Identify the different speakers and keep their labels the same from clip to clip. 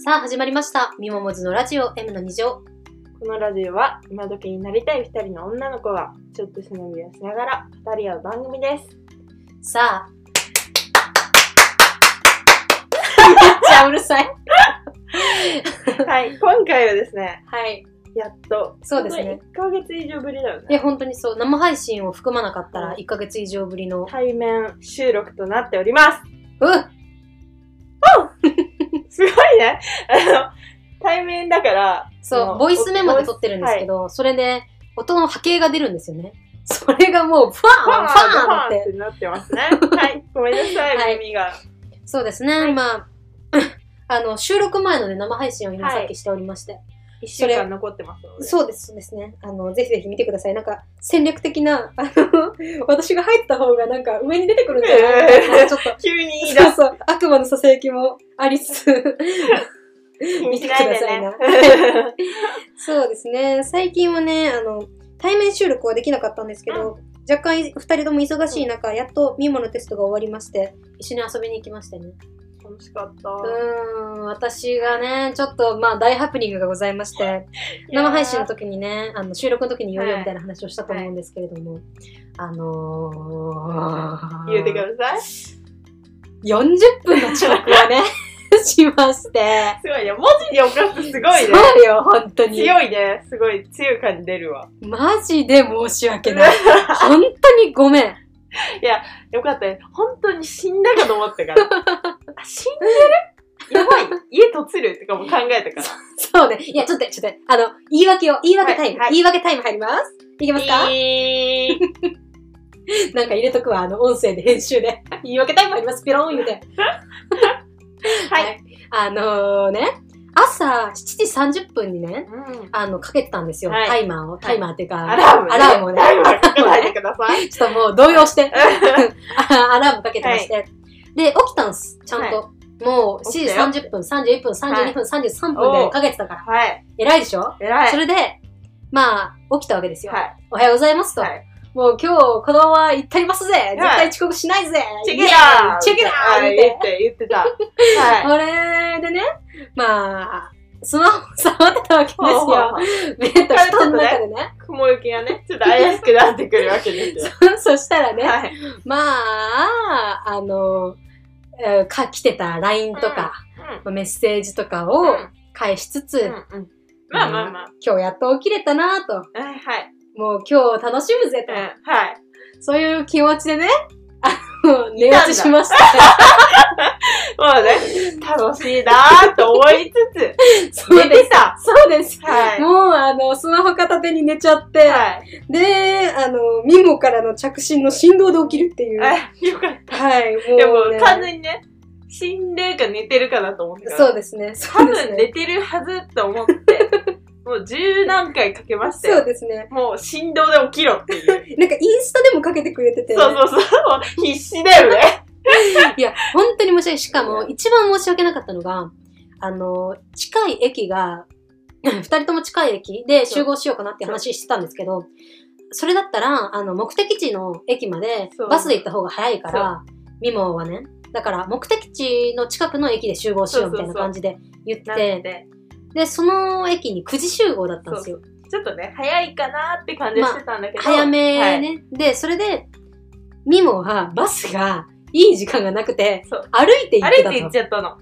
Speaker 1: さあ、始まりました。みももずのラジオ M の2乗。
Speaker 2: このラジオは今時になりたい2人の女の子がちょっとしのびをしながら語り合う番組で す。
Speaker 1: さあ。めっちゃうるさい。
Speaker 2: はい、今回はですね、
Speaker 1: はい。
Speaker 2: やっと、
Speaker 1: そうですね。
Speaker 2: 1ヶ月以上ぶりだよ
Speaker 1: いや、
Speaker 2: ね。
Speaker 1: 本当にそう。生配信を含まなかったら1ヶ月以上ぶりの。
Speaker 2: 対面収録となっております。
Speaker 1: うん
Speaker 2: すごいね。あの、対面だから、
Speaker 1: そ
Speaker 2: も
Speaker 1: う、ボイスメモで撮ってるんですけど、それで音の波形が出るんですよね。それがもう、ファ
Speaker 2: ボイ
Speaker 1: ーン
Speaker 2: ス
Speaker 1: フ
Speaker 2: パ
Speaker 1: ァーンっ。
Speaker 2: ーンっててなってますね。はい、ごめんなさい、
Speaker 1: はい
Speaker 2: 耳が。
Speaker 1: そうですね。
Speaker 2: はい
Speaker 1: まあ、 あの、収録前のね、生配信を今さっきしておりまして。
Speaker 2: 1週間残ってますので。
Speaker 1: そうです、そうですね。あの、ぜひぜひ見てください。なんか、戦略的な、あの、 私が入った方がなんか上に出てくるんじゃないかな、
Speaker 2: えー
Speaker 1: ちょっと。
Speaker 2: 急に言い出
Speaker 1: そうそう、悪魔のささやきもありつつ。
Speaker 2: す。
Speaker 1: 見てください な そうですね。最近はね、あの、対面収録はできなかったんですけど、若干二人とも忙しい中、やっとミモのテストが終わりまして、一緒に遊びに行きましたね。
Speaker 2: 楽しかった。
Speaker 1: うーん、私がね、ちょっと、まあ、大ハプニングがございまして、生配信の時にね、あの収録の時に言うよみたいな話をしたと思うんですけれども、あのー、
Speaker 2: 言うてください。す
Speaker 1: 40分の遅刻をね、 しまして、
Speaker 2: ごいね。文字で起こすとすごいね。
Speaker 1: そうよ、本当に。
Speaker 2: 強いね。すごい強い感じ出るわ。
Speaker 1: マジで申し訳 ない。本当にごめん。
Speaker 2: よかったね。本当に死んだかと思っ たから。あ死んでるやばい。家とつるとかも考えたか
Speaker 1: そうね。いや、ちょっと、ちょっと、あの、言い訳を、言い訳タイム、
Speaker 2: はいはい。
Speaker 1: 言い訳タイム入ります。いけますから
Speaker 2: えー
Speaker 1: なんか入れとくわ、あの、音声で編集で。 言い訳タイムあります、ピローン言うて。
Speaker 2: はい
Speaker 1: あのーね、朝7時30分にね、
Speaker 2: うん
Speaker 1: あの、かけてたんですよ、
Speaker 2: はい
Speaker 1: タイマーを。タイマーっていうか、
Speaker 2: アラームね。
Speaker 1: アラームをね。
Speaker 2: アラームか けないでください。
Speaker 1: ちょっともう動揺 して、あ アラームかけてまして。で、起きたんす、ちゃんと。もう、7
Speaker 2: 起
Speaker 1: 時
Speaker 2: きたよ
Speaker 1: 30分、31分、32分、33分でかけてたから。
Speaker 2: はい。
Speaker 1: 偉いでしょ、
Speaker 2: 偉い。
Speaker 1: それで、まあ、起きたわけですよ。
Speaker 2: はい。
Speaker 1: おはようございますと。
Speaker 2: はい
Speaker 1: もう今日、このまま行ってりますぜ、絶対遅刻しないぜ
Speaker 2: チェケラー
Speaker 1: イエーイチェケラー
Speaker 2: はい
Speaker 1: 言って
Speaker 2: 言って、言っ てた。はい。
Speaker 1: これでね、まあ、スマホ触ってたわけです
Speaker 2: ほうほう
Speaker 1: よ。
Speaker 2: ほう
Speaker 1: ベッド布団の中でね。
Speaker 2: 雲行きがね、ちょっと怪しくなってくるわけです よ。
Speaker 1: そしたらね、
Speaker 2: はい。
Speaker 1: まあ、あの、えーか、来てた LINE とか、メッセージとか
Speaker 2: うん
Speaker 1: を返しつつ、
Speaker 2: うんうんうんまあまあまあ。
Speaker 1: 今日やっと起きれたなと、
Speaker 2: はいはい。
Speaker 1: もう今日楽しむぜ
Speaker 2: う
Speaker 1: と、
Speaker 2: んはい。
Speaker 1: そういう気持ちでね、あの、寝落ちしました。
Speaker 2: もうね、楽しいなーと思いつつ、
Speaker 1: そう
Speaker 2: 寝
Speaker 1: です。
Speaker 2: てた。
Speaker 1: そうです。
Speaker 2: はい。
Speaker 1: もうあの、スマホ片手に寝ちゃって、
Speaker 2: はい。
Speaker 1: で、あの、ミモからの着信の振動で起きるっていう。はい、
Speaker 2: あよかっ
Speaker 1: もう、
Speaker 2: た。
Speaker 1: ね。
Speaker 2: でも、完全にね、死んでるか寝てるかだと思ってたから
Speaker 1: そうですね。そ
Speaker 2: 多
Speaker 1: うです
Speaker 2: 分
Speaker 1: ね。
Speaker 2: 寝てるはずと思って、もう十何回かけました
Speaker 1: そう
Speaker 2: よ。
Speaker 1: ですね。
Speaker 2: もう振動で起きろっていう。
Speaker 1: なんかインスタでもかけてくれてて、
Speaker 2: そうそうそう。必死だよ ね。
Speaker 1: いや、本当に申し訳ない。しかも、一番申し訳なかったのが、あの、近い駅が、 二人とも近い駅で集合しようかなって話してたんですけど、それだったら、あの、目的地の駅まで
Speaker 2: そう
Speaker 1: バスで行った方が早いから、ミモはね、だから目的地の近くの駅で集合しようみたいな感じで言って
Speaker 2: な
Speaker 1: て、
Speaker 2: んで、
Speaker 1: で、その駅に9時集合だったんですよ。
Speaker 2: ちょっとね、早いかなーって感じしてたんだけど。
Speaker 1: 早め。ね。で、それで、ミモはバスがいい時間がなくて
Speaker 2: そう、
Speaker 1: 歩いて行
Speaker 2: は
Speaker 1: っ
Speaker 2: い。歩
Speaker 1: てたの
Speaker 2: いて行っ。ちゃったの。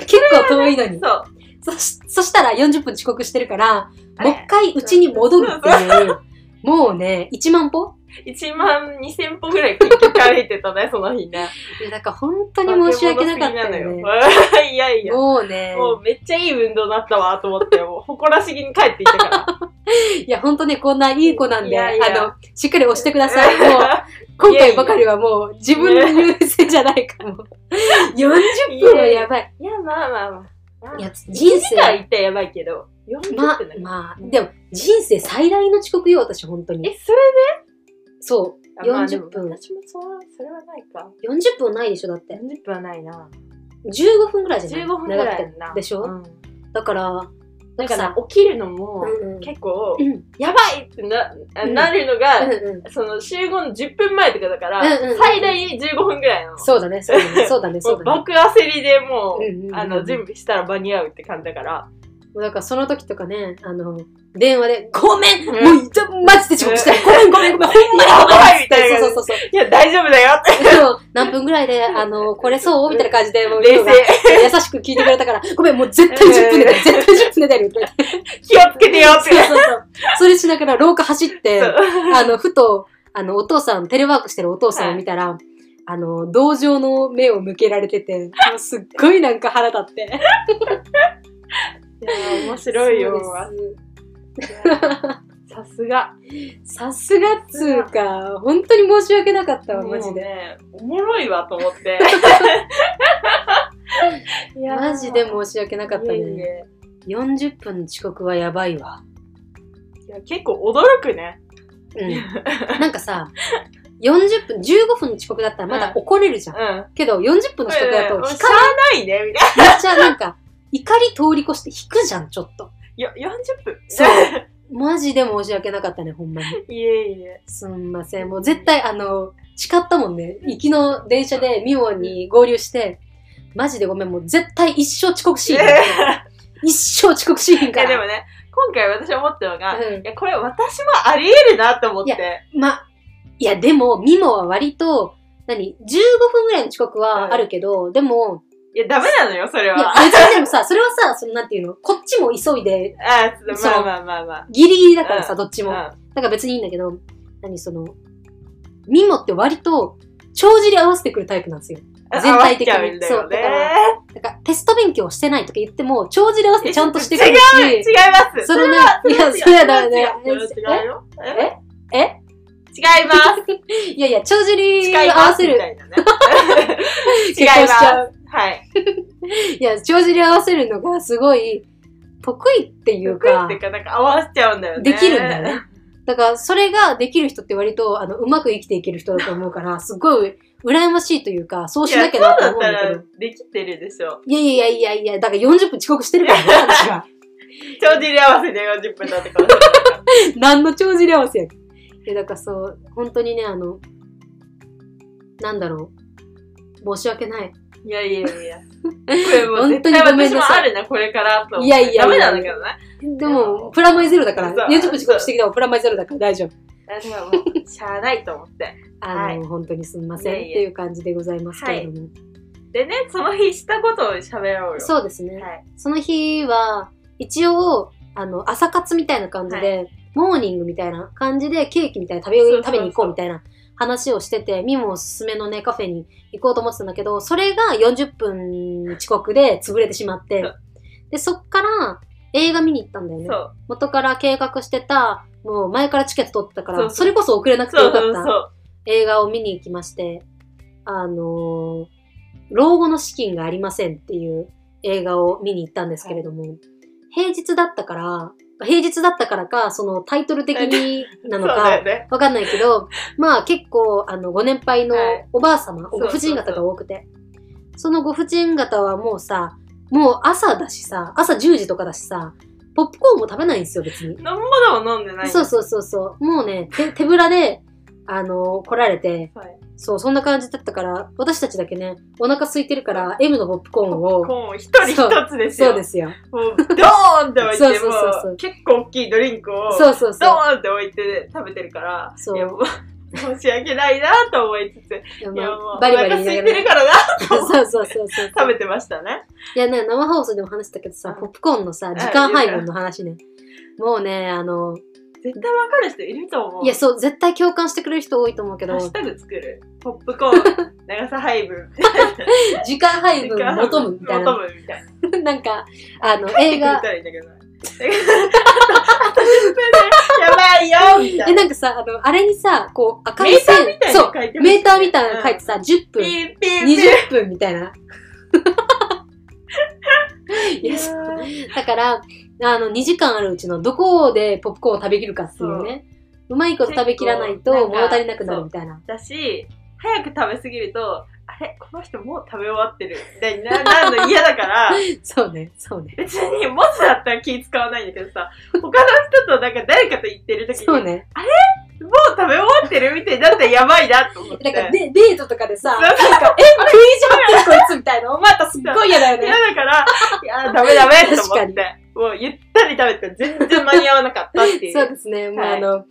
Speaker 1: 結構遠いのに。
Speaker 2: そう。
Speaker 1: そしそしたら40分遅刻してるから、
Speaker 2: あ
Speaker 1: もう
Speaker 2: れ
Speaker 1: 一回うちに戻るっていう、もうね、1万歩
Speaker 2: 1万2千歩ぐらい結局歩いてたね、その日ね。
Speaker 1: いや、だから本当に申し訳なかったよね。
Speaker 2: 化け物すぎなのよ いやいや。
Speaker 1: もうね、
Speaker 2: もうめっちゃいい運動だったわと思って、もう誇らしげに帰っていったから。
Speaker 1: いや、本当ね、こんないい子なんで、
Speaker 2: いやいや
Speaker 1: あの、しっかり押してください。もう、今回ばかりはもう、自分の優先じゃないかも。40分はやばい。
Speaker 2: いや、まあまあまあ。まあ
Speaker 1: いや、人
Speaker 2: 次回
Speaker 1: 生、
Speaker 2: 行ったらやばいけど、40
Speaker 1: まあ
Speaker 2: 分だ、よ
Speaker 1: まあ、でも、人生最大の遅刻よ、私、本当に。
Speaker 2: え、それ
Speaker 1: そう、
Speaker 2: あまあで
Speaker 1: 40
Speaker 2: も
Speaker 1: 分。
Speaker 2: 私もそう、それはないか。
Speaker 1: 40分ないでしょ、だって。
Speaker 2: 40分はないな。
Speaker 1: 15分ぐらいじゃない
Speaker 2: 15分ぐらい
Speaker 1: 長
Speaker 2: や
Speaker 1: く
Speaker 2: ん
Speaker 1: て
Speaker 2: な。
Speaker 1: でしょ、
Speaker 2: うん
Speaker 1: だから、な
Speaker 2: だ
Speaker 1: ん
Speaker 2: か
Speaker 1: からさ、
Speaker 2: 起きるのも
Speaker 1: うんうん
Speaker 2: 結構
Speaker 1: うんうん
Speaker 2: やばいってな,、
Speaker 1: うん
Speaker 2: なるのが、
Speaker 1: うん
Speaker 2: その集合の10分前とかだから、
Speaker 1: うんうんうん
Speaker 2: 最大15分ぐらいの
Speaker 1: そうだね、そうだね、そう だね、そ
Speaker 2: もう
Speaker 1: うだね。
Speaker 2: 爆焦りでもう、
Speaker 1: うんうんうん
Speaker 2: あの準備したら間に合うって感じだから
Speaker 1: もうだからその時とかね、あの、電話で、ごめん
Speaker 2: う
Speaker 1: も
Speaker 2: ん
Speaker 1: う、ちょ、マジで遅刻したいごめんごめんごめんほんまに
Speaker 2: や
Speaker 1: ご
Speaker 2: ばい
Speaker 1: めん
Speaker 2: みたいな
Speaker 1: そうそうそうそう。
Speaker 2: いや大丈夫だよって
Speaker 1: でも何分ぐらいで、あの、これそうみたいな感じで、もう、
Speaker 2: 冷静
Speaker 1: 優しく聞いてくれたから、ごめん、もう絶対10分で出る、絶対10分で出るって。
Speaker 2: 気をつけてよって
Speaker 1: そうそうそう。それしながら廊下走って、
Speaker 2: そう
Speaker 1: あの、ふと、あの、お父さん、テレワークしてるお父さんを見たら、あの、同情の目を向けられてて、もうすっごいなんか腹立って。
Speaker 2: いや面白い よ
Speaker 1: そう
Speaker 2: さすが
Speaker 1: ですさすがっつうか、本当に申し訳なかったわ、マジ
Speaker 2: もう
Speaker 1: で。
Speaker 2: ねおもろいわと思って いやー
Speaker 1: マジで申し訳なかった
Speaker 2: いえい
Speaker 1: ね。
Speaker 2: え
Speaker 1: 40分の遅刻はやばいわ。
Speaker 2: いや結構驚くね
Speaker 1: うん。 なんかさ、40分、15分の遅刻だったらまだ怒れるじゃん。
Speaker 2: うん
Speaker 1: けど、40分の遅刻だと、
Speaker 2: うんうん
Speaker 1: 引
Speaker 2: しゃ
Speaker 1: か
Speaker 2: あないねみたいな
Speaker 1: めっちゃなんか、怒り通り越して引くじゃん、ちょっと。
Speaker 2: よ40分
Speaker 1: そう。マジで申し訳なかったね、ほんまに。
Speaker 2: いえいえ
Speaker 1: すんません。もう絶対、あの、誓ったもんね。行きの電車でミオに合流して、マジでごめん、もう絶対一生遅刻し
Speaker 2: い
Speaker 1: いひん。一生遅刻しいひんか
Speaker 2: やでも
Speaker 1: ら。
Speaker 2: ね今回私思ったのが、
Speaker 1: うん
Speaker 2: いやこれ私もありえるなと思っ
Speaker 1: いや
Speaker 2: て
Speaker 1: ま、いや、でも、ミモは割と、何 ?15 分ぐらいの遅刻はあるけど、でも、
Speaker 2: いやダメなのよそれ
Speaker 1: いや
Speaker 2: は、
Speaker 1: 別にでもさ、それはさ、その、なんていうのこっちも急いで、
Speaker 2: あーちょっ
Speaker 1: そ
Speaker 2: と
Speaker 1: う
Speaker 2: まあまあまあ
Speaker 1: ギリギリだからさ、
Speaker 2: うん
Speaker 1: どっちも。
Speaker 2: まあ、うん
Speaker 1: なんか別にいいんだけど、何その、ミモって割と、帳尻合わせてくるタイプなんですよ。全体的に
Speaker 2: 合わせちゃうんだ
Speaker 1: そ
Speaker 2: よ
Speaker 1: うだ
Speaker 2: ね
Speaker 1: からだから、テスト勉強をしてないとか言っても、帳尻合わせてちゃんとしてくる
Speaker 2: 違い
Speaker 1: し、
Speaker 2: ます
Speaker 1: それね、いや、そ
Speaker 2: 違う
Speaker 1: れはダメだよ
Speaker 2: 違う違うよ
Speaker 1: ええ
Speaker 2: 違います
Speaker 1: いやいや、帳尻
Speaker 2: 違い
Speaker 1: 合
Speaker 2: ま
Speaker 1: わ
Speaker 2: す
Speaker 1: せ
Speaker 2: み
Speaker 1: る。
Speaker 2: たいなね 違いますはい
Speaker 1: いや、帳尻合わせるのがすごい、得意っていう
Speaker 2: 得意
Speaker 1: か
Speaker 2: ってい、うかなんか合わせちゃうんだよね
Speaker 1: できるんだよね。だから、それができる人って割と、あの、うまく生きていける人だと思うから、すごい、羨ましいというか、そう
Speaker 2: い
Speaker 1: し
Speaker 2: や
Speaker 1: なき
Speaker 2: そ
Speaker 1: ゃ
Speaker 2: う
Speaker 1: なと
Speaker 2: だ
Speaker 1: 思うん
Speaker 2: った
Speaker 1: だけ
Speaker 2: ら
Speaker 1: ど。
Speaker 2: できてるでしょ
Speaker 1: いやいやいやいや、だから40分遅刻してるからね、私は。
Speaker 2: 帳尻合わせで40分だってかもしれない
Speaker 1: 何の帳尻合わせやねんいやだからそう本当にねあのなんだろう申し訳 ない
Speaker 2: いやいやいや。これもう
Speaker 1: 本
Speaker 2: 絶
Speaker 1: 当に
Speaker 2: 対
Speaker 1: ごめん
Speaker 2: 私も
Speaker 1: なさ
Speaker 2: あ
Speaker 1: い
Speaker 2: るな、これからと思って。
Speaker 1: いやいやいや
Speaker 2: ダメなんだけどね。
Speaker 1: でもプラマイゼロだから
Speaker 2: そう
Speaker 1: 40分遅刻してきたもプラマイゼロだから大丈夫
Speaker 2: だからもう、しゃあないと思って。
Speaker 1: あの、
Speaker 2: はい
Speaker 1: 本当にすんません
Speaker 2: いえいえ
Speaker 1: っていう感じでございますけれども、
Speaker 2: でね、その日したことを喋ろうよ。
Speaker 1: そうですね、
Speaker 2: はい。
Speaker 1: その日は一応あの朝活みたいな感じで、モーニングみたいな感じでケーキみたいな食べよう
Speaker 2: そうそうそう
Speaker 1: 食べに行こうみたいな話をしててミモおすすめのねカフェに行こうと思ってたんだけどそれが40分遅刻で潰れてしまって
Speaker 2: そう
Speaker 1: でそっから映画見に行ったんだよね
Speaker 2: そう。
Speaker 1: 元から計画してたもう前からチケット取ってたから
Speaker 2: そ
Speaker 1: そう
Speaker 2: そう
Speaker 1: れこそ遅れなくて
Speaker 2: そ
Speaker 1: よ
Speaker 2: う
Speaker 1: かった
Speaker 2: そうそう。
Speaker 1: 映画を見に行きましてあのー老後の資金がありませんっていう映画を見に行ったんですけれども、平日だったから平日だったからかそのタイトル的にな
Speaker 2: そう
Speaker 1: の
Speaker 2: だ
Speaker 1: か
Speaker 2: よね。
Speaker 1: わかんないけどまあ結構あのご年配の
Speaker 2: はい
Speaker 1: おばあ様、
Speaker 2: そうそうそう
Speaker 1: ご婦人方が多くてそのご婦人方はもうさもう朝だしさ朝10時とかだしさポップコーンも食べないんですよ別に
Speaker 2: 飲むものも飲んでない。
Speaker 1: そうそうそうそうもうね手手ぶらであの来られて
Speaker 2: はい。
Speaker 1: そう、そんな感じだったから、私たちだけね、お腹空いてるから、M のポップコーン
Speaker 2: コー
Speaker 1: を、
Speaker 2: ンを一人一つですよ。。
Speaker 1: そうですすよ。
Speaker 2: もう、ドーンって置いて、
Speaker 1: そうそうそうそう
Speaker 2: もう結構大きいドリンクを、
Speaker 1: そうそう
Speaker 2: ド
Speaker 1: そう。
Speaker 2: ーンって置いて食べてるから、
Speaker 1: そう
Speaker 2: いやもう申し訳ないなと思いつつ、い
Speaker 1: ま
Speaker 2: や
Speaker 1: あ
Speaker 2: もう、お
Speaker 1: バリバ
Speaker 2: 腹
Speaker 1: リ言い
Speaker 2: 空い
Speaker 1: な
Speaker 2: て
Speaker 1: が
Speaker 2: る
Speaker 1: ら。
Speaker 2: からな、
Speaker 1: そうそうそうそう。
Speaker 2: 食べてましたね。
Speaker 1: いやね、生放送でも話したけどさ、
Speaker 2: うん
Speaker 1: ポップコーンのさ、時間配分の話ね。もうね、あの、
Speaker 2: 絶対わかる人いると思う。
Speaker 1: いや、そう、絶対共感してくれる人多いと思うけ
Speaker 2: ハ
Speaker 1: ど
Speaker 2: ッ、シュタグ作る。ポップコー ン、長さ配分。
Speaker 1: 時間配分求むみたい
Speaker 2: 求
Speaker 1: な。
Speaker 2: むみたいな。
Speaker 1: なんか、あの、映
Speaker 2: やっ
Speaker 1: 画
Speaker 2: て、くれたらいいんだけどな。あと10分でやばいよみた
Speaker 1: え、
Speaker 2: いな。
Speaker 1: なんかさ、あの、あれにさ、こう、赤
Speaker 2: メ
Speaker 1: い
Speaker 2: ータ
Speaker 1: 線
Speaker 2: ーみたいに
Speaker 1: そう、
Speaker 2: 書いて
Speaker 1: メーターみたいなの書いて
Speaker 2: て
Speaker 1: さ、10
Speaker 2: ピ
Speaker 1: 分、
Speaker 2: ーピーピー。
Speaker 1: 20分みたいな。 いや、
Speaker 2: ー
Speaker 1: だから、あの、2時間あるうちのどこでポップコーンを食べきるかっていうね。うまいこと食べきらない
Speaker 2: 結
Speaker 1: と
Speaker 2: 構
Speaker 1: 物足りなくなるみたいな。
Speaker 2: だし、早く食べすぎると、ああれこの人もう食べ終わってるみたいにななるの嫌だ から、
Speaker 1: そうね、そうね。
Speaker 2: 別に文字だったら気使わないんだけどさ、他の人となんか誰かと言ってる時に、
Speaker 1: そうね。
Speaker 2: もう食べ終わってるみたいになったらやばいなと思って。
Speaker 1: なんかデデートとかでさ、
Speaker 2: そう
Speaker 1: なんか、え、食いじゃってるこいつみたいな。またすっごい嫌だよ
Speaker 2: 嫌
Speaker 1: ね。
Speaker 2: だ から、いやー、ダメダメと思っ
Speaker 1: 確
Speaker 2: て。もうゆったり食べて全然間に合わなかったっていう。
Speaker 1: そうですね。もう
Speaker 2: はい
Speaker 1: あの、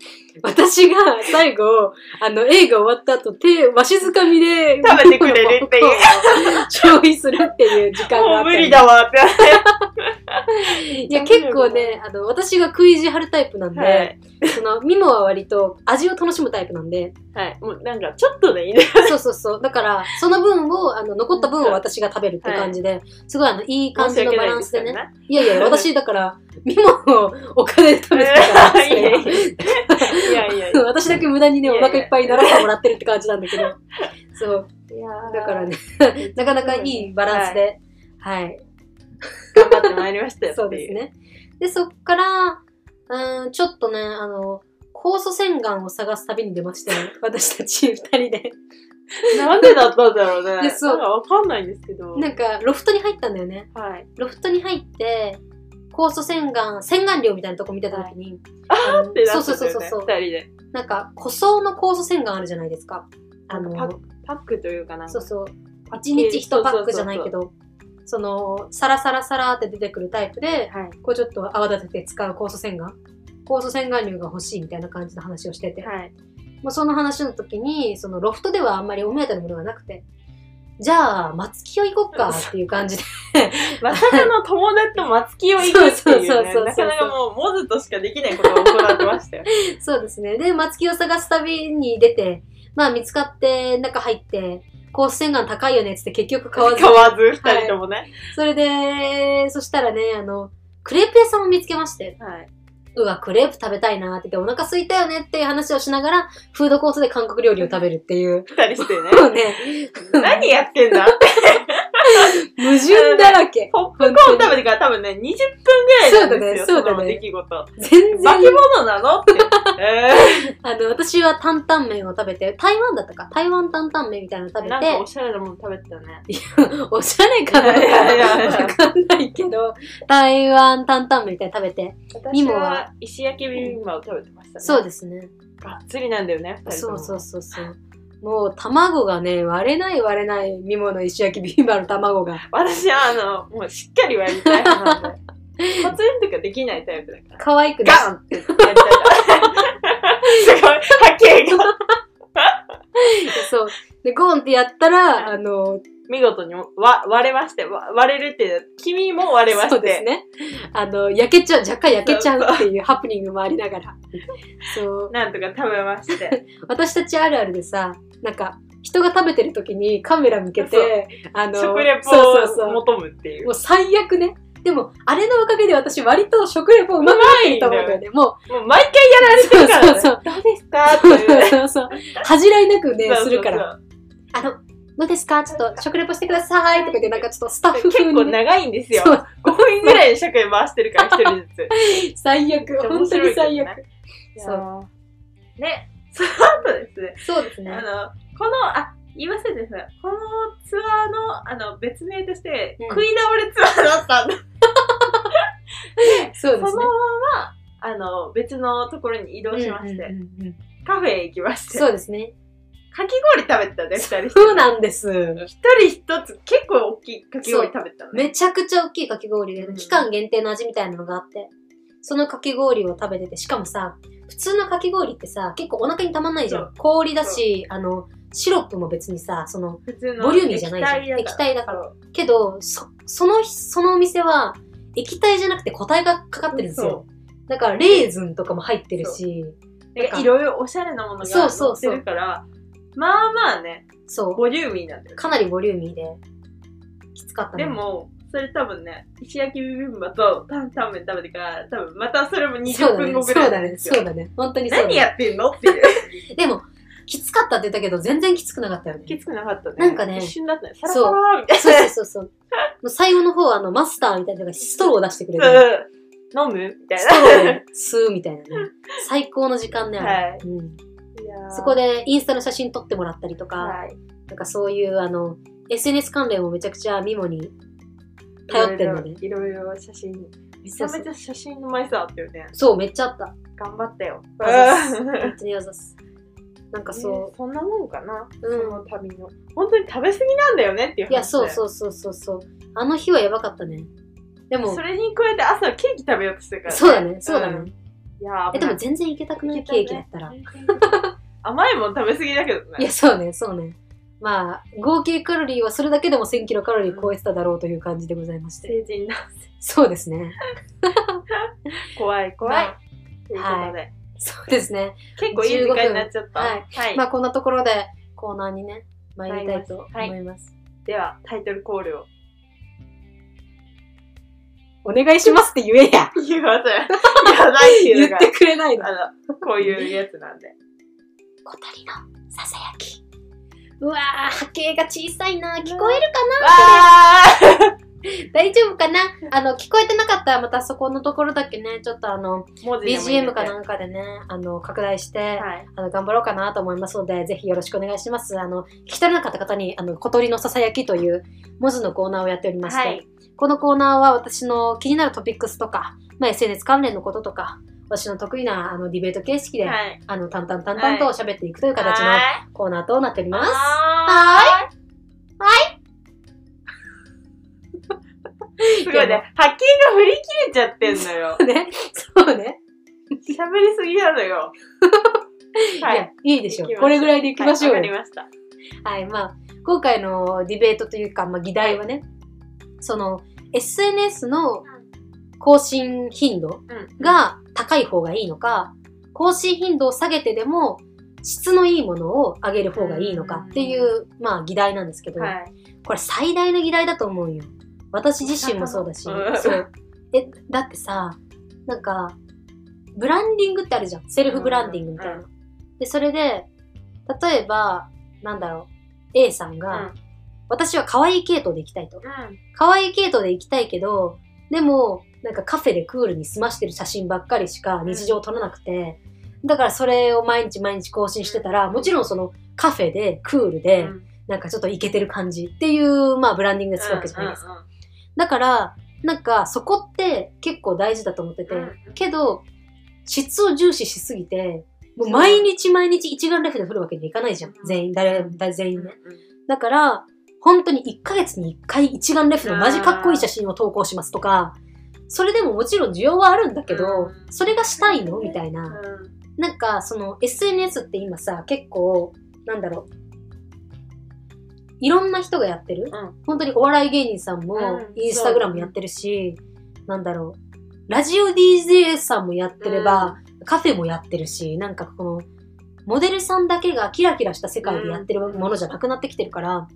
Speaker 1: 私が最後、あの、映画終わった後、手、わしづかみで、
Speaker 2: 食べてくれるっていう
Speaker 1: も。 消費するっていう時間があった
Speaker 2: もう無
Speaker 1: り
Speaker 2: 理だわって。
Speaker 1: いや、結構ね、あの、私が食い意地張るタイプなんで、
Speaker 2: はい。
Speaker 1: その、ミモは割と味を楽しむタイプなん で、
Speaker 2: はい。もうなんかちょっとでいいね。
Speaker 1: そうそうそう。だから、その分を、あの、残った分を私が食べるって感じで、すごいあの、いい感
Speaker 2: 申し
Speaker 1: じの
Speaker 2: 訳
Speaker 1: バ
Speaker 2: な
Speaker 1: ラ
Speaker 2: い
Speaker 1: ン
Speaker 2: で
Speaker 1: ス
Speaker 2: す
Speaker 1: で
Speaker 2: け
Speaker 1: ね
Speaker 2: ど。ね。
Speaker 1: いやいや、私だから、ミモをお金で食べてたか ら
Speaker 2: いやいや いやいや。
Speaker 1: 私だけ無駄にね、
Speaker 2: い
Speaker 1: お
Speaker 2: やいや
Speaker 1: 腹いっぱいにならせてもらってるって感じなんだけど。そう。だからね、なかなかいいバランスで、はい。
Speaker 2: 頑張ってまいりましたよってい
Speaker 1: そうですね。で、そっから、うん、ちょっとね、あの、酵素洗顔を探す旅に出ま して、私たち二人で。
Speaker 2: なんでだったんだろう
Speaker 1: で
Speaker 2: ね。
Speaker 1: そう
Speaker 2: なんかわかんないんですけど。
Speaker 1: なんか、ロフトに入ったんだよね。
Speaker 2: はい。
Speaker 1: ロフトに入って、酵素洗顔、洗顔料みたいなとこ見てた時に、あの
Speaker 2: ってな
Speaker 1: そう
Speaker 2: っ
Speaker 1: そう
Speaker 2: た
Speaker 1: そ
Speaker 2: んだ
Speaker 1: うそう
Speaker 2: よね
Speaker 1: そう、
Speaker 2: 二人で。
Speaker 1: なんか、個装の酵素洗顔あるじゃないですか。あの、
Speaker 2: パックパックというかなん
Speaker 1: そ
Speaker 2: か
Speaker 1: う。そう、
Speaker 2: パッケ
Speaker 1: 一
Speaker 2: ー
Speaker 1: 日
Speaker 2: ジ
Speaker 1: 一パックじゃないけ。ど、その、サラサラサラって出てくるタイプで、
Speaker 2: はい。
Speaker 1: こうちょっと泡立てて使う酵素洗顔。酵素洗顔料が欲しいみたいな感じの話をしてて、
Speaker 2: はい。
Speaker 1: まあ、その話の時に、そのロフトではあんまりお目当てのものがなくて、じゃあ、松木を行こっかっていう感じで、
Speaker 2: まさかの友達と松木を行くってい
Speaker 1: そうそう
Speaker 2: う
Speaker 1: そう
Speaker 2: ね。
Speaker 1: そう
Speaker 2: なかなかもう、モズとしかできないことを行ってましたよ。
Speaker 1: そうですね。で、松木を探す旅に出て、まあ見つかって、中入って、コース洗顔高いよねっつって結局買わず。
Speaker 2: 買わず、二人ともね。
Speaker 1: それで、そしたらね、あの、クレープ屋さんを見つけまして、
Speaker 2: はい。
Speaker 1: うわ、クレープ食べたいなって言って、お腹空いたよねっていう話をしながら、フードコースで韓国料理を食べるっていう。
Speaker 2: 二人してね。
Speaker 1: もうね、
Speaker 2: 何やって んだって。
Speaker 1: 矛盾だらけ。
Speaker 2: ポップコーン食べてから多分ね、20分ぐらいなんですよ、
Speaker 1: そうだねそうだね
Speaker 2: の出来事。
Speaker 1: 全
Speaker 2: 化
Speaker 1: 然
Speaker 2: け、物なのって。え
Speaker 1: あの、私は担々麺を食べて、台湾だったか台湾担々麺みたいなの食
Speaker 2: ー
Speaker 1: べ
Speaker 2: なん
Speaker 1: て
Speaker 2: かお、しゃれなもの食べてたね。
Speaker 1: おしゃれかなとか
Speaker 2: いやいやいや
Speaker 1: わかんないけど、台湾担々麺みたいなの食べて。
Speaker 2: 私
Speaker 1: 今
Speaker 2: は
Speaker 1: は
Speaker 2: 石焼きビビンバを食べてましたね。
Speaker 1: そうですね。
Speaker 2: がっつりなんだよね、二人と
Speaker 1: そ
Speaker 2: も。
Speaker 1: うそうそうそう。もう卵がね、割れない割れない、ミモの石焼きビビンバの卵が。
Speaker 2: 私はあの、もうしっかり割りたい派なん で。パツンとかできないタイプだから。
Speaker 1: 可愛くね。
Speaker 2: ガンってやっちゃった。すごい、波形が。
Speaker 1: そう。で、ゴンってやったら、あの、
Speaker 2: 見事にわ割れまして、わ割れるって、君も割れまして。
Speaker 1: そうですね。あの、焼けちゃう、若干焼けちゃうっていうハプニングもありながら。 そう。
Speaker 2: なんとか食べまして。
Speaker 1: 私たちあるあるでさ、なんか、人が食べてる時にカメラ向け
Speaker 2: そう
Speaker 1: て、あの、
Speaker 2: 食レポ
Speaker 1: そうそうそう
Speaker 2: を求むっていう
Speaker 1: も。う最悪ね。でも、あれのおかげで私割と食レポうまくなってると思うんだよね。もう、
Speaker 2: もう毎回やられてるから、ね。
Speaker 1: そうそう
Speaker 2: どうですかって
Speaker 1: そ
Speaker 2: い
Speaker 1: う
Speaker 2: うね
Speaker 1: そうそう。恥じらいなくね、するか。
Speaker 2: そ
Speaker 1: ら。
Speaker 2: う
Speaker 1: あの、どうですかちょっと食レポしてくださいとか言って、なんかちょっとスタッ
Speaker 2: そう
Speaker 1: フ
Speaker 2: 結
Speaker 1: 風
Speaker 2: 構
Speaker 1: に、ね。
Speaker 2: 長いんですよ。
Speaker 1: そ
Speaker 2: 5
Speaker 1: う
Speaker 2: 分ぐらいで社会回してるから、一人ずつ。
Speaker 1: 最悪。本当に最悪。そ
Speaker 2: そうう。ね、その後ですね、
Speaker 1: そうですね
Speaker 2: あ。の、この、あ、言い忘れてた。このツアーの、あの、別名として、
Speaker 1: うん
Speaker 2: 食い倒れツアーだったんだ。
Speaker 1: そう
Speaker 2: そ
Speaker 1: です
Speaker 2: の
Speaker 1: ね
Speaker 2: ま。ま、あの、別のところに移動しま
Speaker 1: う
Speaker 2: して、
Speaker 1: んうんうんうん
Speaker 2: カフェへ行きまして、
Speaker 1: そうですね。
Speaker 2: かき氷食べてたね、二人して。
Speaker 1: そうなんです。
Speaker 2: 一人一つ結構大きいかき氷食べたのね。
Speaker 1: めちゃくちゃ大きいかき氷で、
Speaker 2: うん
Speaker 1: 期間限定の味みたいなのがあって、そのかき氷を食べてて、しかもさ、普通のかき氷ってさ、結構お腹にたまんないじゃ
Speaker 2: そ
Speaker 1: ん。氷だし、あの、シロップも別にさ、その、
Speaker 2: 普通の
Speaker 1: ボリューミーじゃないじゃん。液体だから。けど、そ、その日、そのお店は、液体じゃなくて個体がかかってるんですよ。だから、レーズンとかも入ってるし、
Speaker 2: なんかいろいろおしゃれなものが
Speaker 1: そうそう
Speaker 2: 載っ
Speaker 1: そ
Speaker 2: て
Speaker 1: う
Speaker 2: るから、まあまあね、
Speaker 1: そう。
Speaker 2: ボリューミーなんだよね。
Speaker 1: かなりボリューミーで、きつかったな
Speaker 2: で、も、それ多分ね、石焼きビビンバと担々麺食べてから、多分またそれも
Speaker 1: そう
Speaker 2: 20
Speaker 1: だ
Speaker 2: 分
Speaker 1: ね
Speaker 2: 後、ぐら
Speaker 1: そ
Speaker 2: いう
Speaker 1: だ
Speaker 2: なん
Speaker 1: ね、
Speaker 2: ですよ。
Speaker 1: そうだね。本当にそうだね。
Speaker 2: 何やってんのっていう。
Speaker 1: でも、きつかったって言ったけど、全然きつくなかったよね。
Speaker 2: きつくなかったね。
Speaker 1: なんかね
Speaker 2: 一瞬だったね。サラサラーみたい
Speaker 1: そうそうそうそう。もう最後の方は、あの、マスターみたいなのがストローを出してくれる。
Speaker 2: な。うん飲むみたい
Speaker 1: ストロー
Speaker 2: な。
Speaker 1: で吸うみたいなね。最高の時間ね、あれ
Speaker 2: はい
Speaker 1: うん、
Speaker 2: いやー
Speaker 1: そこ、でインスタの写真撮ってもらったりとか、
Speaker 2: はい。
Speaker 1: なんかそういう、あの、SNS 関連もめちゃくちゃミモに頼ってるので。
Speaker 2: いろいろいろいろ写真めちゃめちゃ写真の枚数あったよね
Speaker 1: そう、めっちゃあった。
Speaker 2: 頑張ったよ
Speaker 1: あざっす本当にあざっす。なんか
Speaker 2: そ
Speaker 1: そう
Speaker 2: そんなもんかな、
Speaker 1: う、うん
Speaker 2: そ。の旅の本当に食べ過ぎなんだよねっていう話
Speaker 1: いや、そう
Speaker 2: う
Speaker 1: そうそうそうそう。あの日はやばかったね。でも
Speaker 2: そ、れに加えて朝ケーキ食べようとしてるから、
Speaker 1: そうだね、そうだ
Speaker 2: ん
Speaker 1: ね。
Speaker 2: いや
Speaker 1: え、でも全然いけたくないケーキだったら。
Speaker 2: いけたね甘いもん食べ過ぎだけどね
Speaker 1: いや、そうね、そうね。まあ、合計カロリーはそれだけでも1000キロカロリー超えてただろうという感じでございまして。
Speaker 2: 成人だ
Speaker 1: そうですね。
Speaker 2: 怖い怖い、
Speaker 1: まあ
Speaker 2: ということで、
Speaker 1: そうですね。
Speaker 2: 結構いい時間になっちゃった
Speaker 1: 15分まあ、こんなところでコーナーにね、参りたいと思
Speaker 2: 参
Speaker 1: います。
Speaker 2: ではタイトルコールを
Speaker 1: お願いしますって言えや
Speaker 2: 言わせやばいってい
Speaker 1: 言
Speaker 2: うの
Speaker 1: っ
Speaker 2: が
Speaker 1: てくれないの。
Speaker 2: あのこういうやつなんで
Speaker 1: 小鳥のささやき。うわー、波形が小さいな。聞こえるかな
Speaker 2: わあ
Speaker 1: 大丈夫かなあの、聞こえてなかったらまたそこのところだけね、ちょっとあの、
Speaker 2: 文字でもいいの
Speaker 1: BGM
Speaker 2: で
Speaker 1: かなんかでね、あの、拡大して、
Speaker 2: はい
Speaker 1: あの、頑張ろうかなと思いますので、ぜひよろしくお願いします。あの、聞き取れなかった方に、あの、小鳥のささやきという文字のコーナーをやっておりまして、
Speaker 2: はい
Speaker 1: このコーナーは私の気になるトピックスとか、まあ、SNS 関連のこととか、私の得意なあのディベート形式で、
Speaker 2: はい
Speaker 1: あの、淡々淡々と喋っていくという形の
Speaker 2: は
Speaker 1: コーナーとなっております。
Speaker 2: はーいすごいね波形が振り切れちゃってんのよ
Speaker 1: ね、そうね。
Speaker 2: 喋りすぎなのよはいい
Speaker 1: や、 いいでしょ
Speaker 2: 行きま
Speaker 1: う。これぐらいでいきましょう
Speaker 2: はい
Speaker 1: よ
Speaker 2: わ、。かりました
Speaker 1: はい、まあ、今回のディベートというか、まあ、議題はね、その、SNS の更新頻度
Speaker 2: うん
Speaker 1: が高い方がいいのか、更新頻度を下げてでも、質のいいものを上げる方がいいのかっていう、まあ、議題なんですけど、
Speaker 2: はい
Speaker 1: これ最大の議題だと思うよ。私自身もそうだし、
Speaker 2: うん
Speaker 1: そう。え、だってさ、なんか、ブランディングってあるじゃん。セルフブランディングみたいな。
Speaker 2: うん
Speaker 1: で、それで、例えば、なんだろう、A さん
Speaker 2: う
Speaker 1: が、
Speaker 2: ん
Speaker 1: 私は可愛い系統で行きたいと。可愛い系統で行きたいけど、でも、なんかカフェでクールに済ましてる写真ばっかりしか日常撮らなくて、だからそれを毎日毎日更新してたら、もちろんそのカフェでクールで、
Speaker 2: うん
Speaker 1: なんかちょっとイケてる感じっていう、まあブランディングがするわけじゃないですか。だから、なんかそこって結構大事だと思ってて、
Speaker 2: うん
Speaker 1: けど、質を重視しすぎて、もう毎日毎日一眼レフで撮るわけにはいかないじゃん。
Speaker 2: うん
Speaker 1: 全員、誰、誰全
Speaker 2: うん
Speaker 1: 員
Speaker 2: うん
Speaker 1: ね。だから、本当に1ヶ月に1回一眼レフのマジかっこいい写真を投稿しますとか、それでももちろん需要はあるんだけど、
Speaker 2: うん
Speaker 1: それがしたいのみたいな。
Speaker 2: うん
Speaker 1: なんかその SNS って今さ結構なんだろういろんな人がやってる、
Speaker 2: うん
Speaker 1: 本当にお笑い芸人さんも
Speaker 2: うん
Speaker 1: インスタグラムやってるし、なんだろうラジオ DJ さんもやってれば、カフェもやってるしなんかこのモデルさんだけがキラキラした世界でやってるものじゃなくなってきてるから、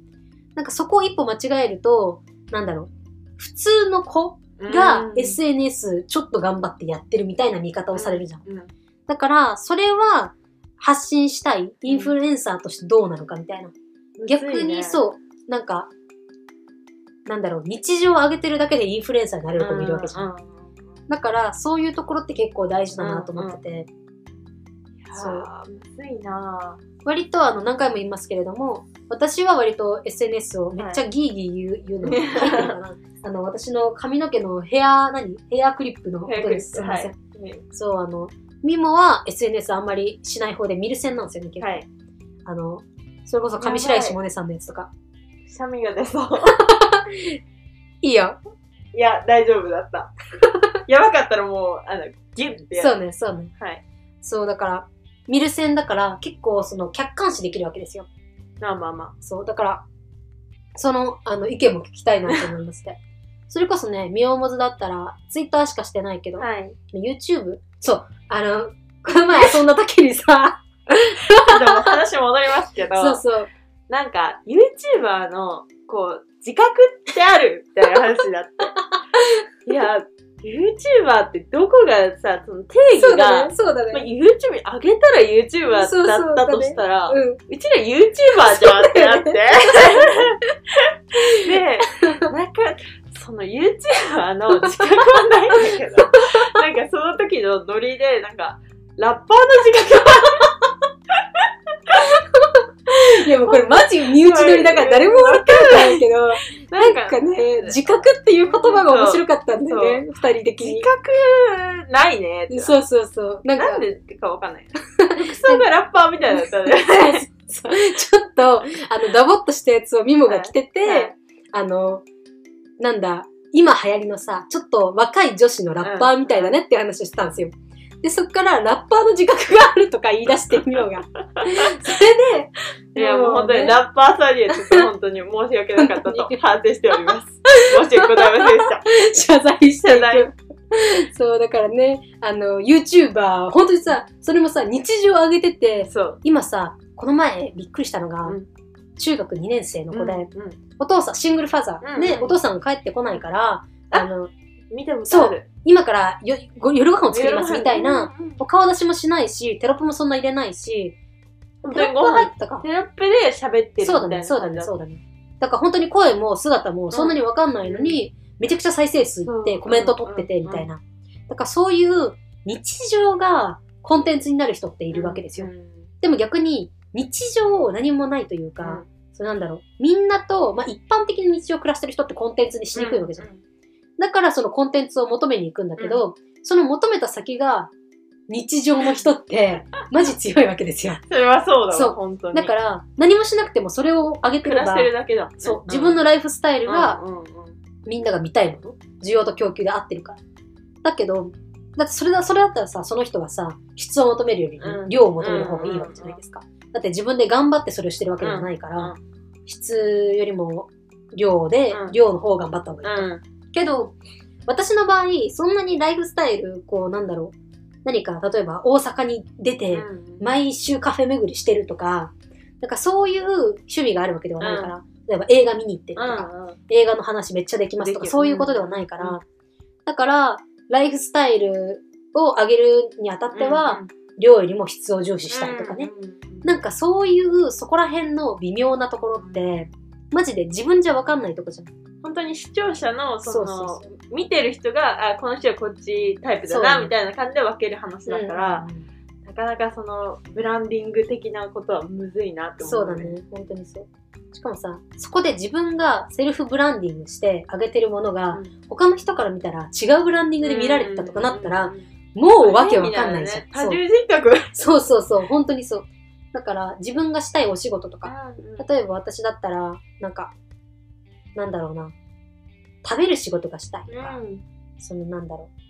Speaker 1: なんかそこを一歩間違えるとなんだろう普通の子が
Speaker 2: うん
Speaker 1: SNS ちょっと頑張ってやってるみたいな見方をされるじゃん
Speaker 2: うん
Speaker 1: だから、それは発信したいインフルエンサーとしてどうなのかみたいな。逆にそう、なんか、なんだろう、日常を上げてるだけでインフルエンサーになれる子もいるわけじゃん。
Speaker 2: うんうんうん
Speaker 1: だから、そういうところって結構大事だなと思ってて、そう
Speaker 2: あーむずいなぁ
Speaker 1: 割とあの何回も言いますけれども、私は割と SNS をめっちゃギーギー言う,、言う のに入ってるかな。あの、私の髪の毛のヘア、何ヘアクリップのことです。すみません。
Speaker 2: はい
Speaker 1: そう、あの、ミモは SNS あんまりしない方でミルセンなんですよね、結構。
Speaker 2: はい
Speaker 1: あの、それこそ上白石萌音さんのやつとか。
Speaker 2: くしゃみが出そう
Speaker 1: いいよ。
Speaker 2: いや大丈夫だったやばかったらもうあのギュッてや
Speaker 1: そう
Speaker 2: う
Speaker 1: ね、そうね。
Speaker 2: はい
Speaker 1: そう、だから、見る線だから結構その客観視できるわけですよ。
Speaker 2: まあまあま
Speaker 1: そう、だから、その、あの、意見も聞きたいなと思いまして。 それこそね、ミオモズだったら、ツイッターしかしてないけ
Speaker 2: あ
Speaker 1: ど、
Speaker 2: はい
Speaker 1: YouTube? そう、あの、この前遊んだ時に さ、
Speaker 2: ちょっともう話戻りますけど
Speaker 1: そうそう、
Speaker 2: なんか YouTuber のこう自覚ってあるみたいな話だ って。いや YouTuber ってどこがさその定
Speaker 1: そ
Speaker 2: 義
Speaker 1: う
Speaker 2: が、
Speaker 1: だね、そうだ
Speaker 2: ま
Speaker 1: ね。
Speaker 2: あ、YouTube に上げたら YouTuber だ
Speaker 1: そうそう
Speaker 2: ったとしたらう
Speaker 1: うん、
Speaker 2: ちら YouTuber じゃんってなって。でなんかその YouTuber の自覚はないんだけどなんかその時のノリでなんかラッパーの自覚
Speaker 1: いやもうこれマジ身内ないけど、
Speaker 2: なん
Speaker 1: なん
Speaker 2: か、
Speaker 1: かね、自覚っていう言葉が面白かったんだよね、二人的
Speaker 2: 自
Speaker 1: に。
Speaker 2: 覚ないねって。
Speaker 1: そうそうそう。なん
Speaker 2: な
Speaker 1: か
Speaker 2: ん、でかわかんない。服装がラッパーみたい だったね。
Speaker 1: そうちょっと、あの、ダボっとしたやつをミモが着てて、
Speaker 2: はい
Speaker 1: あの、なんだ、今流行りのさ、ちょっと若い女子のラッパーみたいだねっていう話をしてたんですよ。で、そっからラッパーの自覚があるとか言い出してみよう が。それで、
Speaker 2: いや、もう本当に
Speaker 1: ね
Speaker 2: ラッパーさんにはちょっと本当に申し訳なかっ たと反省しております。申し訳ございませんでした。
Speaker 1: 謝罪して
Speaker 2: 謝
Speaker 1: い
Speaker 2: 罪
Speaker 1: く。そう、だからね、あの、YouTuber、本当にさ、それもさ、日常上げてて、
Speaker 2: そう。
Speaker 1: 今さ、この前びっくりしたのが、
Speaker 2: うん
Speaker 1: 中学2年生の子で、
Speaker 2: うんうん
Speaker 1: お父さん、シングルファザー。
Speaker 2: うん
Speaker 1: で、
Speaker 2: うん
Speaker 1: お父さんが帰ってこないから、あの、
Speaker 2: 見てもそうる。
Speaker 1: 今からよご夜ご飯を作りますみたいな、
Speaker 2: うんうん。
Speaker 1: お顔出しもしないし、テロップもそんな入れないし、
Speaker 2: 本
Speaker 1: テ
Speaker 2: 当
Speaker 1: ロ
Speaker 2: に
Speaker 1: ップ入
Speaker 2: ご飯。
Speaker 1: ったか。
Speaker 2: テロップで喋ってるみたいな。
Speaker 1: そうだね、そうだね、そうだね。だから本当に声も姿もそんなにわかんないのに、めちゃくちゃ再生数いって
Speaker 2: そう
Speaker 1: コメント取っててみたいな。だからそういう日常がコンテンツになる人ってい
Speaker 2: い
Speaker 1: るわけですよ。
Speaker 2: うん
Speaker 1: でも逆に日常を何もないというか、そうなんだろう。みんなと、まあ、一般的に日常を暮らしてる人ってコンテンツにしにくいわけじゃん。だからそのコンテンツを求めに行くんだけど、その求めた先が日常の人 ってマジ強いわけですよ。
Speaker 2: それはそうだ
Speaker 1: そう
Speaker 2: わ、本当に。
Speaker 1: だから何もしなくてもそれを上げて
Speaker 2: 暮
Speaker 1: れ
Speaker 2: らし
Speaker 1: ば
Speaker 2: て、るだけだもんね。
Speaker 1: そう、自分の
Speaker 2: ラ
Speaker 1: ライフスタイ
Speaker 2: イ
Speaker 1: ルが
Speaker 2: うんうん
Speaker 1: みんなが見たいもの、需要と供給で合ってるから。だけど、だってそれだ、それだったらさ、その人はさ、質を求めるより
Speaker 2: うん
Speaker 1: 量を求める方がいいわけじゃないですか。だって自分で頑張ってそれをしてるわけではないか
Speaker 2: うん
Speaker 1: ら、質よりも量で
Speaker 2: う、ん
Speaker 1: 量の方を頑張った方がいい。
Speaker 2: うん。うん
Speaker 1: けど、私の場合、そんなにライフスタイル、こう、なんだろう。何か、例えば大阪に出て、
Speaker 2: うん。
Speaker 1: 毎週カフェ巡りしてるとか、なんかそういう趣味があるわけではないから、例えば映画見に行ってるとか、
Speaker 2: うんうん
Speaker 1: 映画の話めっちゃできますとか、
Speaker 2: できる
Speaker 1: そういうことではないから、
Speaker 2: うん
Speaker 1: だから、ライフスタイルを上げるにあたっては、
Speaker 2: うんうん、
Speaker 1: 量よりも質を重視したりとかね。
Speaker 2: うんうんうん。
Speaker 1: なんかそういう、そこら辺の微妙なところって、マジで自分じゃわかんないとこじゃん。
Speaker 2: 本当に視聴者のその
Speaker 1: そうそう
Speaker 2: 見てる人があこの人はこっちタイプだ
Speaker 1: そうだ
Speaker 2: な
Speaker 1: ね
Speaker 2: みたいな感じで分ける話だから、
Speaker 1: うん
Speaker 2: なかなかそのブランディング的なことはむずいなって
Speaker 1: そ
Speaker 2: 思う
Speaker 1: うだね、本当にそう。しかもさ、そこで自分がセルフブランディングして上げてるものが、
Speaker 2: うん
Speaker 1: 他の人から見たら違うブランディングで見られてたとかなったら、
Speaker 2: うん
Speaker 1: もうわけわかんないじゃん。
Speaker 2: 多重人格
Speaker 1: そうそうそうそう、本当にそう。だから自分がしたいお仕事とか、
Speaker 2: 例え
Speaker 1: 例えば私だったら、なんか、なんだろうな、食べる仕事がしたいと
Speaker 2: ば
Speaker 1: か、そのなんだろう、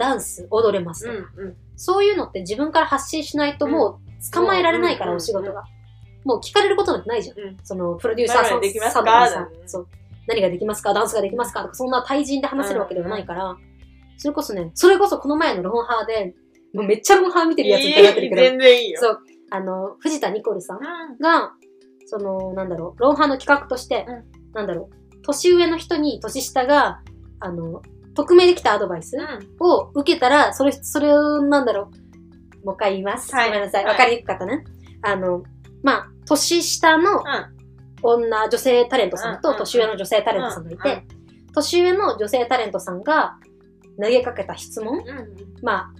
Speaker 1: ダンス踊れますとか、
Speaker 2: うんうん
Speaker 1: そういうのって自分から発信しないともう捕まえられないから、
Speaker 2: うん
Speaker 1: お仕事が。もう聞かれることなんてないじゃん。
Speaker 2: うん
Speaker 1: そのプロデューサーさん
Speaker 2: 何ができますか
Speaker 1: さんとかに
Speaker 2: だ
Speaker 1: さ
Speaker 2: ね
Speaker 1: そう何ができますかダンスができますかとかそんな対人で話せるわけではないから、それこそねそれこそこの前のロンハーでもうめっちゃロンハー見てるやつみたいになってるけど
Speaker 2: いい全然いいよ
Speaker 1: そうあの藤田ニコルさん
Speaker 2: うん
Speaker 1: がそのなんだろうロンハーの企画として、
Speaker 2: うん
Speaker 1: なんだろう年上の人に年下があの匿名できたアドバイス、
Speaker 2: うん
Speaker 1: を受けたら、それ、それを、なんだろう。もう一回言います。
Speaker 2: はい
Speaker 1: ごめんなさい。
Speaker 2: はい
Speaker 1: わかりにくかったね。あの、まあ、年下の女、女性タレントさん
Speaker 2: う
Speaker 1: と
Speaker 2: んうん
Speaker 1: 年上の女性タレントさんがいて、年上の女性タレントさんが投げかけた質問、
Speaker 2: うんうん
Speaker 1: まあ、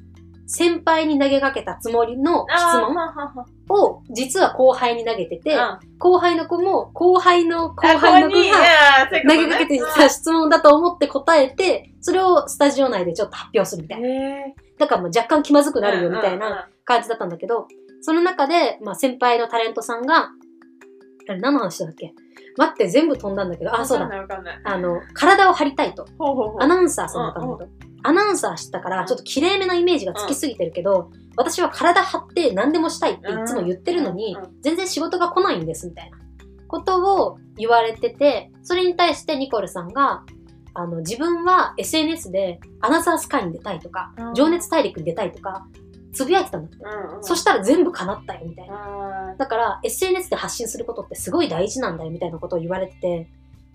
Speaker 1: 先輩に投げかけたつもりの質
Speaker 2: あー
Speaker 1: 問
Speaker 2: ははは
Speaker 1: を、実は後輩に投げてて、
Speaker 2: あ
Speaker 1: 後輩の子も、後輩の後
Speaker 2: こ
Speaker 1: 輩の
Speaker 2: こ
Speaker 1: 子
Speaker 2: にい
Speaker 1: が、
Speaker 2: やーそう
Speaker 1: 投
Speaker 2: いうことね
Speaker 1: げかけてきた質問だと思って答えて、それをスタジオ内でちょっと発表するみたいな
Speaker 2: うん。へ
Speaker 1: だからまあ若干気まずく
Speaker 2: ー
Speaker 1: なるよみたいな感じだったんだけど、その中で、まあ、先輩のタレントさんが、あれ何の話だっけ待って、全部飛んだんだけど、あ、そう
Speaker 2: わかん
Speaker 1: だ。
Speaker 2: ないわかんない
Speaker 1: あの、体を張りたいと。
Speaker 2: ほうほうほう
Speaker 1: アナウンサーさんだったんだけど、アナウンサーしたから、ちょっと綺麗めなイメージがつきすぎてるけど、私は体張って何でもしたいっていつも言ってるのに
Speaker 2: うんうん、
Speaker 1: 全然仕事が来ないんですみたいなことを言われてて、それに対してニコルさんが、あの、自分は SNS でアナザースカイに出たいとか
Speaker 2: う、ん
Speaker 1: 情熱大陸に出たいとか、つぶやいてたんだって。
Speaker 2: うんうん
Speaker 1: そしたら全部叶ったよみたいな。
Speaker 2: あ
Speaker 1: だから SNS で発信することってすごい大事なんだよみたいなことを言われてて、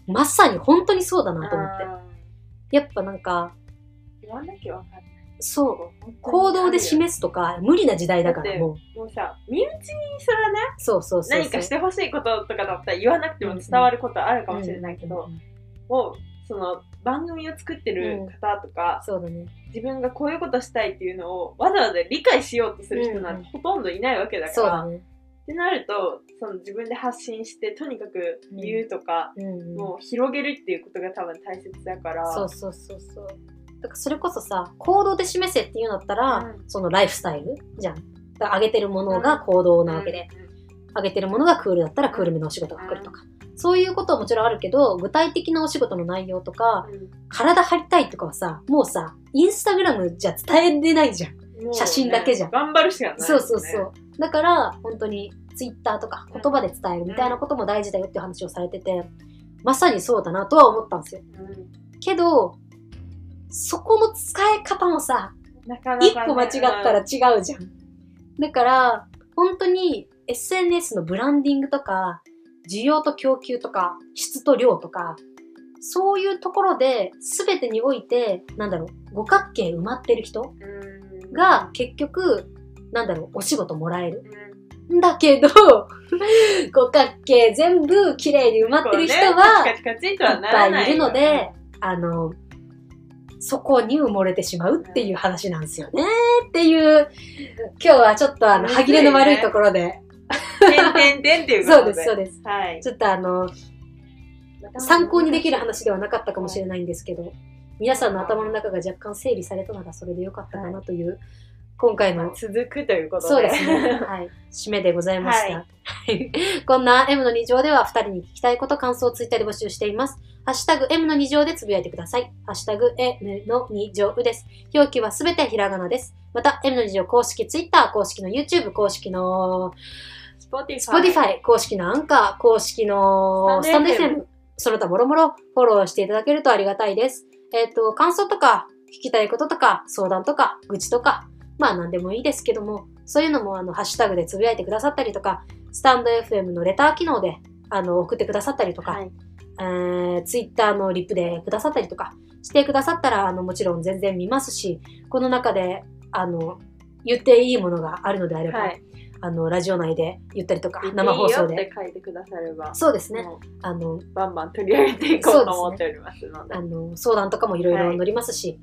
Speaker 1: まさに本当にそうだ
Speaker 2: ー
Speaker 1: なと思って。
Speaker 2: あ
Speaker 1: やっぱなんか、
Speaker 2: ー言わなきゃわかんない
Speaker 1: そう、
Speaker 2: 本当に
Speaker 1: 行動で
Speaker 2: あるよ
Speaker 1: 示すとか無理な時代だからもう
Speaker 2: もうさ身内にそれはね
Speaker 1: そうそうそうそう
Speaker 2: 何かしてほしいこととかだったら言わなくても伝わることあるかもしれないけど、
Speaker 1: うんうんうん
Speaker 2: もうその番組を作ってる方とか、
Speaker 1: そうだね
Speaker 2: 自分がこういうことしたいっていうのをわざわざ理解しようとする人なんてほとんどいないわけだか
Speaker 1: そう
Speaker 2: ら、
Speaker 1: だね
Speaker 2: っってなるとその自分で発信してとにかく言うとか、
Speaker 1: うん
Speaker 2: もう広げるっていうことが多分大切だから
Speaker 1: そうそうそうそうだからそれこそさ行動で示せっていうんだったら、
Speaker 2: うん
Speaker 1: そのライフスタイルじゃんだから上げてるものが行動なわけで、上げてるものがクールだったらクールめのお仕事が来るとか、そういうことはもちろんあるけど具体的なお仕事の内容とか体張りたいとかはさもうさインスタグラムじゃ伝えれないじゃん、写真だけじゃん
Speaker 2: んもうね頑張るしかない、ね、
Speaker 1: そうそうそうだから本当にツイッターとか言葉で伝えるみたいなことも大事だよっていう話をされててまさにそうだなとは思ったんですよ
Speaker 2: うん、
Speaker 1: けどそこの使い方もさ
Speaker 2: なかなかね、
Speaker 1: 一歩間違ったら違うじゃん。だから、本当に SNS のブランディングとか、需要と供給とか、質と量とか、そういうところで全てにおいて、なんだろう、五角形埋まってる人
Speaker 2: うん
Speaker 1: が結局、なんだろう、お仕事もらえる。
Speaker 2: うん
Speaker 1: んだけど、 五角形全部綺麗に埋まってる人は、
Speaker 2: こうねカチカチカチと
Speaker 1: い
Speaker 2: は
Speaker 1: っ
Speaker 2: なら
Speaker 1: ぱ
Speaker 2: ない
Speaker 1: いいるので、あの、そこに埋もれてしまうっていう話なんですよね。っていう、今日はちょっとあの、
Speaker 2: むずい
Speaker 1: 歯
Speaker 2: ね
Speaker 1: 切れの悪いところで。
Speaker 2: 点点点っていうこ
Speaker 1: そう
Speaker 2: と
Speaker 1: で、
Speaker 2: です
Speaker 1: そうです。
Speaker 2: はい
Speaker 1: ちょっとあの、参考にできる話ではなかったかもしれないんですけど、皆さんの頭の中が若干整理されたならそれでよかったかなという、今回
Speaker 2: まあ
Speaker 1: の、
Speaker 2: 続くということで
Speaker 1: そうですね。はい。締めでございました。
Speaker 2: は
Speaker 1: はいこんな M の2乗では2人に聞きたいこと、感想をツイッターで募集しています。ハッシュタグ M の2乗でつぶやいてください。ハッシュタグ M の2乗です。表記はすべてひらがなです。また、M の2乗公式ツイッター、公式の YouTube、公式の
Speaker 2: Spotify
Speaker 1: Spotify、公式のアンカー、公式のス
Speaker 2: ス
Speaker 1: タ
Speaker 2: タ
Speaker 1: ン
Speaker 2: ン
Speaker 1: ド
Speaker 2: ド
Speaker 1: FM
Speaker 2: FM、
Speaker 1: その他もろもろフォローしていただけるとありがたいです。えっ、と、感想とか、聞きたいこととか、相談とか、愚痴とか、まあ何でもいいですけども、そういうのもあの、ハッシュタグでつぶやいてくださったりとか、スタンド FM のレター機能で、あの、送ってくださったりとか、
Speaker 2: はい
Speaker 1: えー、ツイッターのリプでくださったりとかしてくださったら、あの、もちろん全然見ますし、この中で、あの、言っていいものがあるのであれば、
Speaker 2: はい
Speaker 1: あの、ラジオ内で言ったりとか、生
Speaker 2: 生
Speaker 1: 放
Speaker 2: 放送
Speaker 1: 送
Speaker 2: で
Speaker 1: で。
Speaker 2: って書いてくだされば
Speaker 1: そうですね。
Speaker 2: もう
Speaker 1: あの、
Speaker 2: バンバン取り上げていこうと思っておりますので
Speaker 1: あの、相談とかもいろいろ載りますし、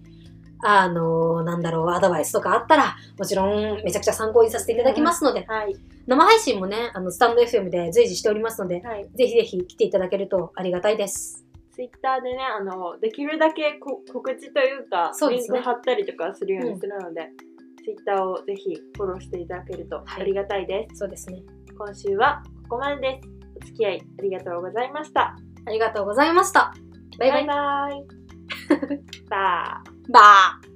Speaker 1: あの、なんだろう、アドバイスとかあったら、もちろんめちゃくちゃ参考にさせていただきますので、
Speaker 2: はい
Speaker 1: 生配信もね、あの、スタンド FM で随時しておりますので、
Speaker 2: はい
Speaker 1: ぜひぜひ来ていただけるとありがたいです。
Speaker 2: ツイッターでねあのできるだけこ告知というか
Speaker 1: そうで
Speaker 2: リ
Speaker 1: す
Speaker 2: ン
Speaker 1: ね
Speaker 2: ク貼ったりとかするようにするので、ツイッターをぜひフォローしていただけると
Speaker 1: はい
Speaker 2: ありがたいで
Speaker 1: そうですね。
Speaker 2: す、今週はここまでですお付き合いありがとうございました
Speaker 1: ありがとうございました。バイバイ。
Speaker 2: バイバイさあ
Speaker 1: バー。